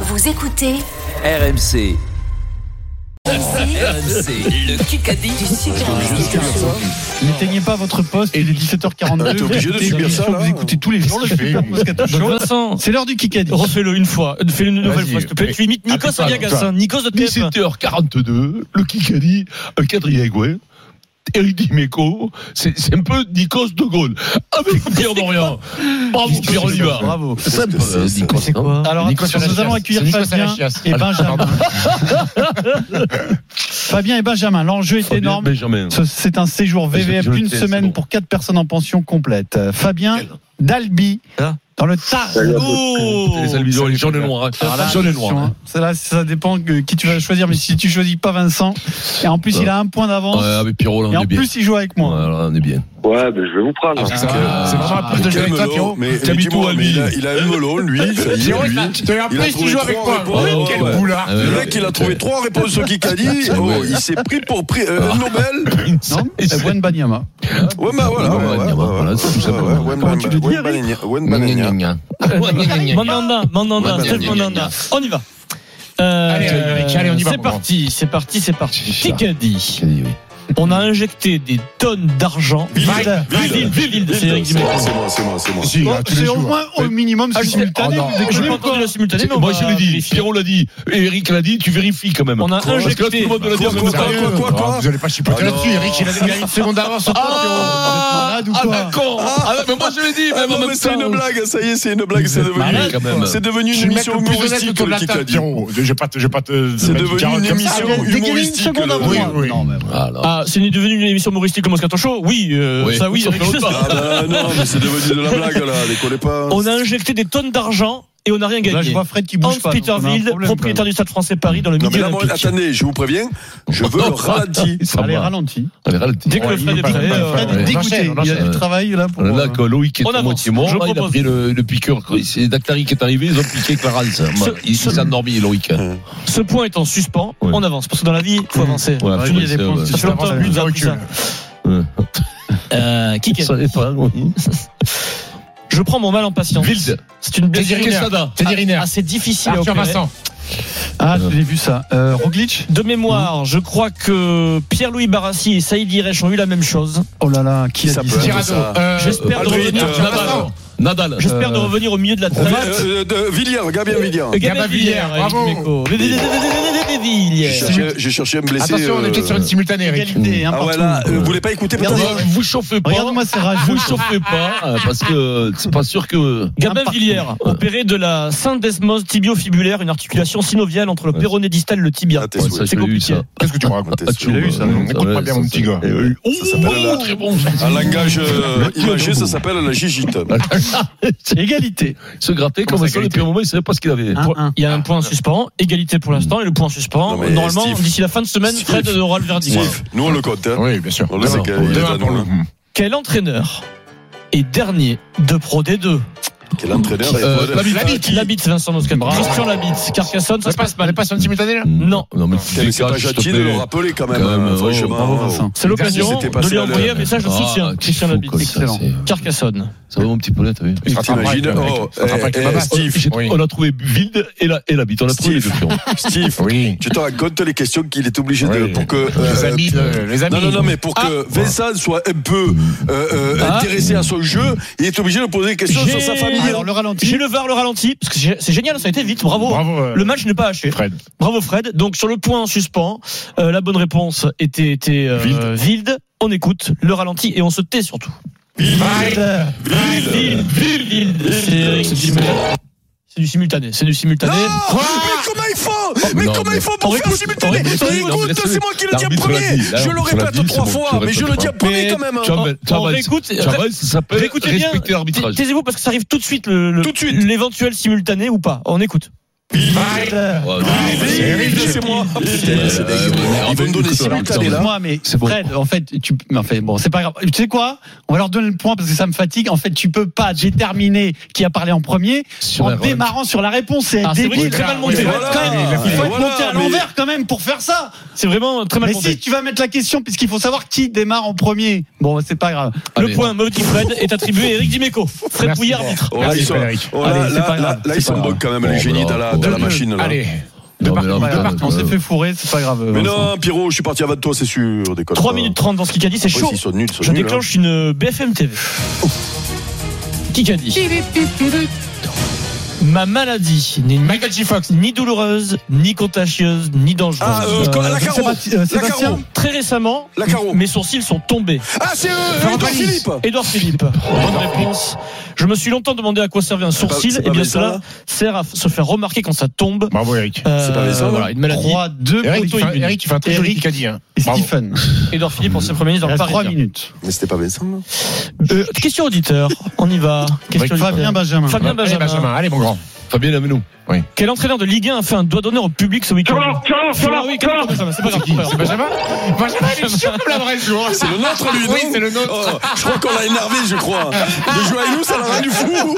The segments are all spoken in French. Vous écoutez RMC. RMC, RMC, le Kikadi du Super N'éteignez pas votre poste, il est 17h42. Ah, T'es obligé de Écoutez subir l'émission ça, là que Vous écoutez tous les jours le Super Moscato Show. Vincent, C'est l'heure du Kikadi. refais-le une fois, euh, fais-le une nouvelle Vas-y. fois, s'il te plaît. Tu imites Ah, Nikos putain, Aliagassin, Nikos de TF1. 17h42, le Kikadi, un quadrilingue, Eric Dimeco, c'est c'est un peu Nikos de Gaulle, avec Pierre Dorian. Bravo Pierre Olivard. Bravo. C'est un peu, euh, Nikos. C'est quoi Alors, attention, nous allons accueillir Fabien et Benjamin. Fabien et Benjamin, l'enjeu est Fabien énorme. Benjamin. Ce- C'est un séjour Je- VVF je le d'une sais, c'est bon. semaine pour quatre personnes en pension complète. Euh, Fabien Dalby, Hein Ah. dans le Tarn. Oh Les Albidois, les jaunes et noirs. Alors là, hein. Jaunes et attention, noirs. hein. Ça, là, ça dépend de qui tu vas choisir, mais si tu choisis pas Vincent, et en plus il a un point Ouais, d'avance, avec Pierrot, là, et on est en bien. plus il joue avec moi. Ouais, là, on est bien. Ah, Ouais, ben je vais vous prendre. C'est vraiment Mais de calme-le, mais- mais T'habites dis-moi, où, mais il Albi a- Il a eu melon, lui. ça y est, lui. Il a trouvé trois réponses. Oh, Quel boulard Le mec, il a trouvé trois réponses au Kikadi. Oh, Ouais. Il s'est pris pour prix euh, Nobel. Non C'est Juan Banyama. Ouais, bah voilà. Ouais, ouais, ouais, ouais, voilà, ouais, c'est tout ouais, simplement. ouais, ouais, Comment tu le dis, ouais, ouais, ouais, ouais, ouais. Mandanda, Mandanda, Ouais, Steph gna, gna, Mandanda. On y va. Euh, Allez, allez, allez, allez, on y va, C'est bon, parti, c'est parti, c'est parti. Kikadi. Kikadi, oui. On a injecté des tonnes d'argent. Vilde, Vilde, Vilde, c'est Eric C'est moi, Dimeco. c'est moi, c'est moi, c'est moi. Si, là, tu les C'est au joues, moins hein. au minimum Ah, je sais- simultané. oh, non. vous Je n'ai déconnez pas ou pas entendu le simultané, mais on Moi va je l'ai dit, vérifier. Pierrot l'a dit, et Eric l'a dit, tu vérifies quand même. On a Parce que là, tout injecté. le monde l'a dit, Quoi, mais quoi, pas quoi, rien. quoi, quoi, quoi Vous allez pas chipoter Ah là-dessus, non. Eric, il a- il a une seconde d'avance sur toi, Ah, Vous êtes malade ou ah, quoi d'accord Ah, mais moi je l'ai dit, Ah même en non, mais même c'est temps. une blague, ça y est, c'est une blague, c'est devenu. Malade, quand même. C'est devenu une Je suis le mec émission le plus honnête humoristique, autour de le la table, Kikadi. Pierrot. Je vais pas te, je vais pas te. C'est mettre devenu une carotte une comme Ah, ça. émission Dégagez une humoristique. seconde le- avant. Oui, oui. Non, mais bon. Voilà. Ah, c'est devenu une émission humoristique comme Moscato Show Oui, euh, Oui. ça oui, Ça Eric. fait autre Ah bah non, mais c'est devenu de la blague, là, décollez pas. On a injecté des tonnes d'argent et on n'a rien Là, je gagné. vois Fred qui bouge Hans pas. donc on a un Peterville, problème, propriétaire du Stade français Paris dans le Non, midi mais là, moi, olympique. attendez, je vous préviens, je veux le ralenti. quand Ça même. Allez, va. ralentis. Allez, ralentis. Dès que le Fred est prêt, euh, Fred ouais. est dégoûté. Enchaîne, Il y a enchaîne. Euh, du travail là pour. euh, Voilà, là, quand Loïc qui est On à avance. moitié mort, Je là, il a propose. pris le, le piqueur. C'est Dactari qui est arrivé, ils ont piqué Clarence. Bah, Il, il s'est endormi, Loïc. Ce point est en suspens, Ouais. on avance. Parce que dans la vie, il faut avancer. Ouais, Julien, il y a des ouais, points. c'est- Ça fait longtemps que Avance, nous avons avance, appris ça. ouais. Euh, qui gagne Ça dépend, oui. Je prends mon mal en patience. Vilde, C'est une blessure. Désiré Quesada. Ah, Teddy Riner. Assez difficile à Arthur opérer. Vincent. Ah, j'ai vu ça. Euh, Roglic. De mémoire, je crois que Pierre-Louis Barassi et Saïd Iresh ont eu la même chose. Oh là là, qui a Ça dit peut ça être. Tirado. Euh, J'espère de Aldrit, revenir. euh, Nadal. Vincent. Nadal. J'espère de Euh, revenir au milieu de la Euh, traite. euh, de- Villiers, Gabien Villiers. Gabin Villiers, bravo. J'ai Villiers. cherché- J'ai cherché à me blesser. Attention, on euh, était sur une simultanée, Eric. Égalité, un Ah ouais, hein, partout. là, euh, vous voulez pas écouter peut-être Vous- Vous chauffez pas. Regarde-moi, c'est Vous rageux. chauffez pas, euh, parce que c'est pas sûr que. Gabin Un partout. Villiers, opéré de la syndesmose tibio-fibulaire, une articulation synoviale entre le Ouais. péroné distal et le tibia. Ah, t'es sous- ça, C'est je l'ai eu, compliqué. ça. Qu'est-ce que tu me racontes Ah, tu l'as eu, ça, non euh, Écoute pas bien, mon petit gars. Ça s'appelle la- très bon. en langage euh, Le imagé, Kyoto. ça s'appelle la gigite. Ah, Égalité. Se gratter Comment comme ça, ça depuis un moment, il savait pas ce qu'il avait. Un, un. Il y a un point en suspens, égalité pour l'instant, et le point en suspens. Non, mais Normalement, Steve. d'ici la fin de semaine, Steve. Fred aura le verdict. Steve, nous on le compte. hein. Oui, bien sûr. On le sait qu'il est Demain à pour nous, le. hein. Quel entraîneur est dernier de Pro D2 Quel entraîneur il Euh, faut- Fabien Labitte, Labitte, Vincent Moscato. Bravo. Christian Labitte, Carcassonne, ça Ça se passe mal. pas sur une simultanée, là Non. Non, mais Putain, mais C'est pas dégages, s'il te gentil de plaît. le rappeler quand même, Quand même, hein, bravo, franchement. Bravo Vincin. C'est l'occasion C'était passé de lui à l'heure. envoyer un message de Ah, soutien, tu Christian fous, Labitte. quoi, ça, Excellent. c'est- Carcassonne. Ça va, mon petit poulet, t'as vu Il se rattrape pas, T'imagines avec- Oh, il se rattrape eh, avec le eh, papa. Steve, J'ai- Ah, Oui. On a trouvé Vilde et la, et la bite. On a trouvé les deux pions. Steve, Oui. tu te racontes les questions qu'il est obligé de. Oui. pour que. Les euh, amis, de- les amis. Non, non, non, mais pour que Vincent soit un peu euh, euh, Ah. intéressé à son jeu, il est obligé de poser des questions sur sa J'ai- famille. Alors le J'ai ralenti. le VAR, le ralenti, parce que c'est c'est génial, ça a été vite, bravo. Bravo. euh, Le match n'est pas haché. Fred. Bravo Fred. Donc sur le point en suspens, euh, la bonne réponse était, était euh, Wilde. Wilde. On écoute le ralenti et on se tait surtout. Wilde, Wilde, c'est- c'est du simultané. C'est du simultané. C'est du simultané. Non mais comment ils font Mais Non, comment mais- ils font pour On faire écoute, simultané on écoute, Mais non, mais Écoute, laissez-le. c'est moi qui le dis en L'arbitre l'a premier dit, là, Je le on l'a répète dit, trois c'est bon, fois, tu mais je le répètes dis en pas. premier quand même hein. Tu avances, tu On avances. réécoute. Tu avances, ça s'appelle Eh ben, Écoutez bien. respecter l'arbitrage. Taisez-vous parce que ça arrive tout de suite le, le- Tout de suite. l'éventuel simultané ou pas. On écoute. Ouais, non, mais- Mais Eric, c'est moi Ah, putain, c'est dingue. Ouais, Ils vont me donner écoute, simultané là Moi, mais C'est bon. Fred, en fait, tu, mais enfin, bon, c'est pas grave. Tu sais quoi On va leur donner le point parce que ça me fatigue. En fait, tu peux pas déterminer qui a parlé en premier Sur en la- démarrant sur la réponse. C'est Ah, c'est vrai que débile. c'est très mal Il monté. faut être Voilà. quand même- il faut être Voilà, monté à mais- l'envers quand même pour faire ça. C'est vraiment très mal Mais monté. si tu vas mettre la question, puisqu'il faut savoir qui démarre en premier. Bon, bah, c'est pas grave. Le Allez. point maudit Fred est attribué à Eric Dimeco. Fred Merci, Pouillard Fred. arbitre. Oh, là, Allez, ils sont- Frédéric. oh, là, Allez, c'est là, pas grave, là, là, ils c'est sont pas bons quand même, les Bon, génies voilà. d'Ala. dans deux, la deux. machine, là. Allez. Non, De mais non, partout, putain, voilà. On s'est fait fourrer, c'est pas grave. Mais Vincent. non, Pierrot, je suis parti à Vato, c'est sûr. Déconne 3 pas. minutes 30 dans ce Kikadi, c'est Après, chaud. s'ils sont nuls, ils sont Je nuls, déclenche une BFM TV. Oh. Kikadi. Ma maladie n'est ni, Michael G. Fox. ni douloureuse, ni contagieuse, ni dangereuse. Ah, euh, quand- la caro. Sébastien- euh, La Sébastien caro. Très récemment, La caro. mes sourcils sont tombés. Ah, c'est eux, Edouard Philippe. Edouard Philippe. Bonne réponse. Je me suis longtemps demandé à quoi servait un sourcil. c'est pas Et bien Benzema. cela sert à f- se faire remarquer quand ça tombe. Bravo, Eric. Euh, pas Benzema. voilà, une maladie. 3, 2 Eric, tu pour fais un- Eric, tu fais un très joli Eric. Kikadi. Hein. et Bravo. Stephen. Euh, Edouard Philippe, ancien premier Il ministre reste 3 parisien. minutes. Mais c'était pas Vincent, non Euh, question auditeur, on y va. Question auditeur. Fabien Benjamin. Fabien Allez, Benjamin. Benjamin. Allez, mon grand. Fabien Lamelo. Quel entraîneur de Ligue 1 a fait un doigt d'honneur au public ce week-end Furlan, oui, Furlan, Benjamin, c'est pas grave, c'est pas C'est grave. Benjamin Benjamin, il est chaud, la vraie joie. C'est le nôtre, lui, non Oui, c'est le nôtre. Oh, Je crois qu'on l'a énervé, je crois. De jouer avec nous, ça l'a rendu fou.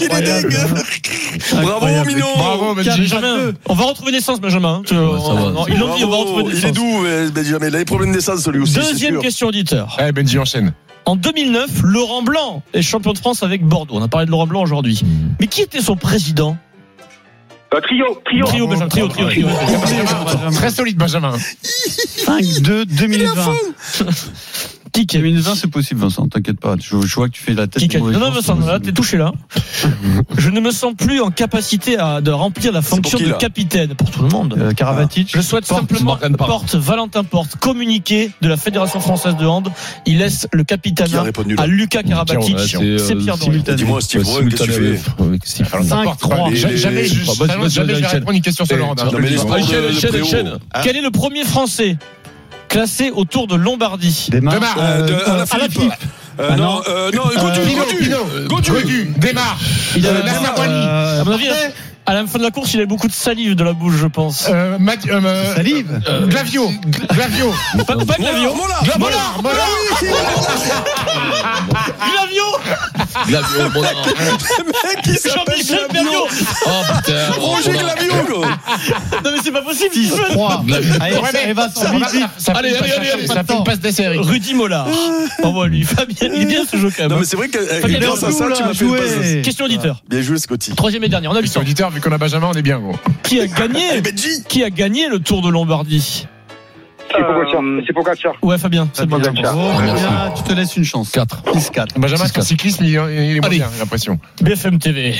Il est dingue. Oh, Bravo, Incroyable. Minon. Bravo, Benji. Benjamin, on va retrouver l'essence, Benjamin. Tu- on- on- Ils l'ont dit, on va Bravo. retrouver Il est l'essence. doux, euh, Benjamin. Il a des problèmes d'essence, celui aussi. c'est Deuxième sûr. question auditeur. Allez, Eh, Benji, enchaîne. En 2009, Laurent Blanc est champion de France avec Bordeaux. On a parlé de Laurent Blanc aujourd'hui. Hmm. Mais qui était son président Euh, Trio, trio, Benjamin, trio, trio, trio. Benjamin. Très solide, Benjamin. 5, 2, 2020. Qui qui a- 2020, c'est possible, Vincent, t'inquiète pas. Je, je vois que tu fais la tête. hein. Qui qui a- des mauvais Non, non, gens, Vincent, c'est là, possible. t'es touché là. Je ne me sens plus en capacité à, de remplir la fonction pour qui, de là capitaine pour tout le monde. Euh, Karabatic. Je souhaite Porte, simplement Morgan Parra. porte Valentin Porte communiqué de la Fédération française de hand. Il laisse le Qui a capitana répondu là à Lucas Karabatic. C'est euh, Pierre Dorian. Dis-moi, Steve Brun, qu'est-ce que tu fais Ça 5, porte trois. 3. Et- Jamais, jamais, je- Ah, je bah, t'annonce, c'est jamais je vais Michael. répondre une question sur Laurent. hein. Non, mais les sports Michel, de- de Michel, Préau. Michel. Quel est le premier Français classé au Tour de Lombardie Démarre. Euh, de- Euh, Alain Alain Philippe. Euh, Ah, non, non. euh, non, continue, Pino, continue. Pino, Godu. Godu, démarre. Il Euh, avait- Bernard euh, Wally. à mon avis, à la fin de la course, il a beaucoup de salive de la bouche, je pense. Euh, Math- euh, euh, Salive. Glavio, Glavio, Pas, pas Glavio. Mollard, Mollard, Ah, Mollard, Glavio Glavio, bon, Mollard. Qui s'appelle Jean-Michel Glavio Glavio Oh putain. Roger Bon, Glavio, quoi. Non mais c'est pas possible, Stephen. 3. Allez, Ouais, mais- allez, Vincent, Ça- vite, vite. ça fait Allez, une allez, passe- allez, allez, ça pas de fait une temps. passe d'essai, Eric. Rudy Mollard. Envoie lui. Fabien, il est bien ce jeu quand Non, même. mais c'est vrai que Faut qu'il euh, grâce à joue, ça, tu là, m'as fait une jouer. passe. Question auditeur. Bien joué, Scotty. Troisième et dernière, on a du Sur temps. auditeur, vu qu'on a Benjamin, on est bien, gros. Qui a gagné Eh, Benji. Qui a gagné le Tour de Lombardie C'est Pogacar. Euh, C'est Pogacar. Ouais, Fabien, c'est bon. Pogacar. Bravo, Fabien, tu te laisses une chance. 4. 6, 4. Benjamin, c'est cyclisme, il il est moins Allez. bien, j'ai l'impression. BFM TV.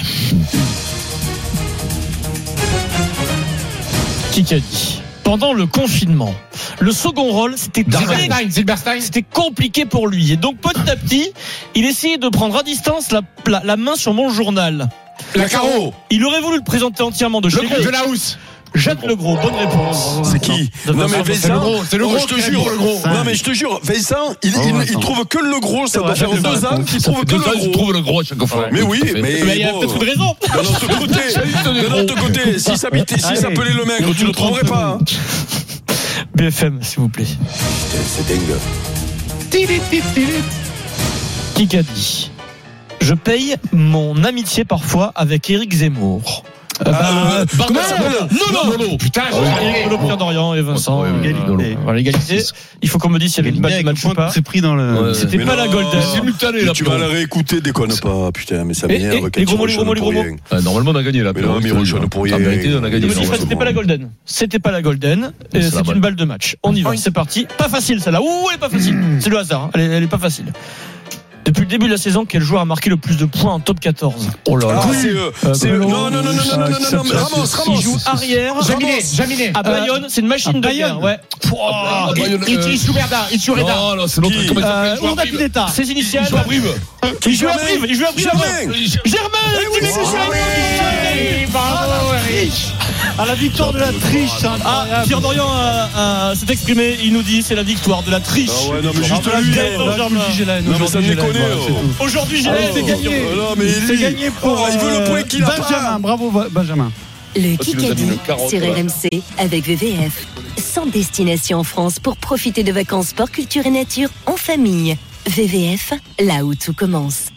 Qui qui a dit Pendant le confinement, le second rôle, c'était très Silberstein, Silberstein. c'était compliqué pour lui. Et donc, petit à petit, il essayait de prendre à distance la, la- la main sur mon journal. La Caro. Il aurait voulu le présenter entièrement de chez Le lui. gros de la housse. Jacques Legros, bonne réponse. C'est qui De Non Vincent, mais Vincent, c'est le gros, c'est le Oh, gros je te qui a jure, dit le gros. Non mais je te jure, Vincent, il, Oh, il- il Vincent. trouve que le gros, ça Ouais, doit faire Vincent, deux ans qu'il trouve que Deux ans, il le gros. trouve le gros à chaque fois. Mais oui, mais Mais il y a bon, peut-être une raison. d'un autre côté, d'un autre côté, si s'habitait, si Allez. s'appelait le maigre, tu le trouverais pas. hein. BFM, s'il vous plaît. Putain, C'est dingue. Qui a dit Je paye mon amitié parfois avec Éric Zemmour. Ah, euh, Barthes- comment ça s'appelle non, non, non. Putain, Ah oui. j'ai Éric Nolot, Pierre Dorian et Vincent. Ouais, ouais, ouais. Égalité. Voilà, l'égalité. Il faut qu'on me dise s'il y avait une balle de match ou pas. C'est pris dans le. Ouais. C'était Mais pas non. la Golden. C'est Simultané Mais là. tu vas la réécouter, déconne pas, putain, mais bah, ça Et- m'énerve. et- quand les ils gros mots, les rouchonnent gros mots, pour les gros rien. Ah, Normalement, on a gagné là. Mais non, mais Pierrot, ils rouchonnent pour En rien. vérité, on a Je gagné. me suis fait, normalement. c'était pas la Golden. C'était pas la Golden. Mais Euh, c'est la C'est balle. une balle de match. On y va, c'est parti. Pas facile celle-là. Ouh, elle est pas facile. C'est le hasard. hein. Elle est, elle est pas facile. Depuis le début de la saison, quel joueur a marqué le plus de points en top 14 Oh là Ah, là. c'est eux, c'est eux. Non, non, non, non, non, non, non, non, mais Ramos, Ramos. Il joue arrière. Jaminet, Jaminet. À Bayonne, c'est une machine de guerre. Ouais. Ah, bah, il y en a- Itri Souberda, Itri Reda. Non, non, c'est l'autre. Qui Comment il s'appelle Euh, Ourda Pudeta. Ses initiales. Il joue à Brive. Il joue à Brive. Il joue à Brive. Germain. Germain. tu mets ses chaînes. Bravo, Eric. À la victoire de la triche, hein. c'est Ah, incroyable. Pierre Dorian euh, euh, s'est exprimé, il nous dit c'est la victoire de la triche. Ah ouais, non, mais juste Bravo, lui, la non. tête, Germain. Non, mais ça déconne, oh. Aujourd'hui, j'ai Ah, l'air, c'est oh. gagné. Oh, non, mais C'est lui. gagné pour. Oh, il veut le euh, point qu'il a pas. Benjamin, bravo Va- Benjamin. Le Oh, tu nous as mis Kikadi une carotte, sur là. RMC avec VVF. 100 destinations en France pour profiter de vacances sport, culture et nature en famille. VVF, là où tout commence.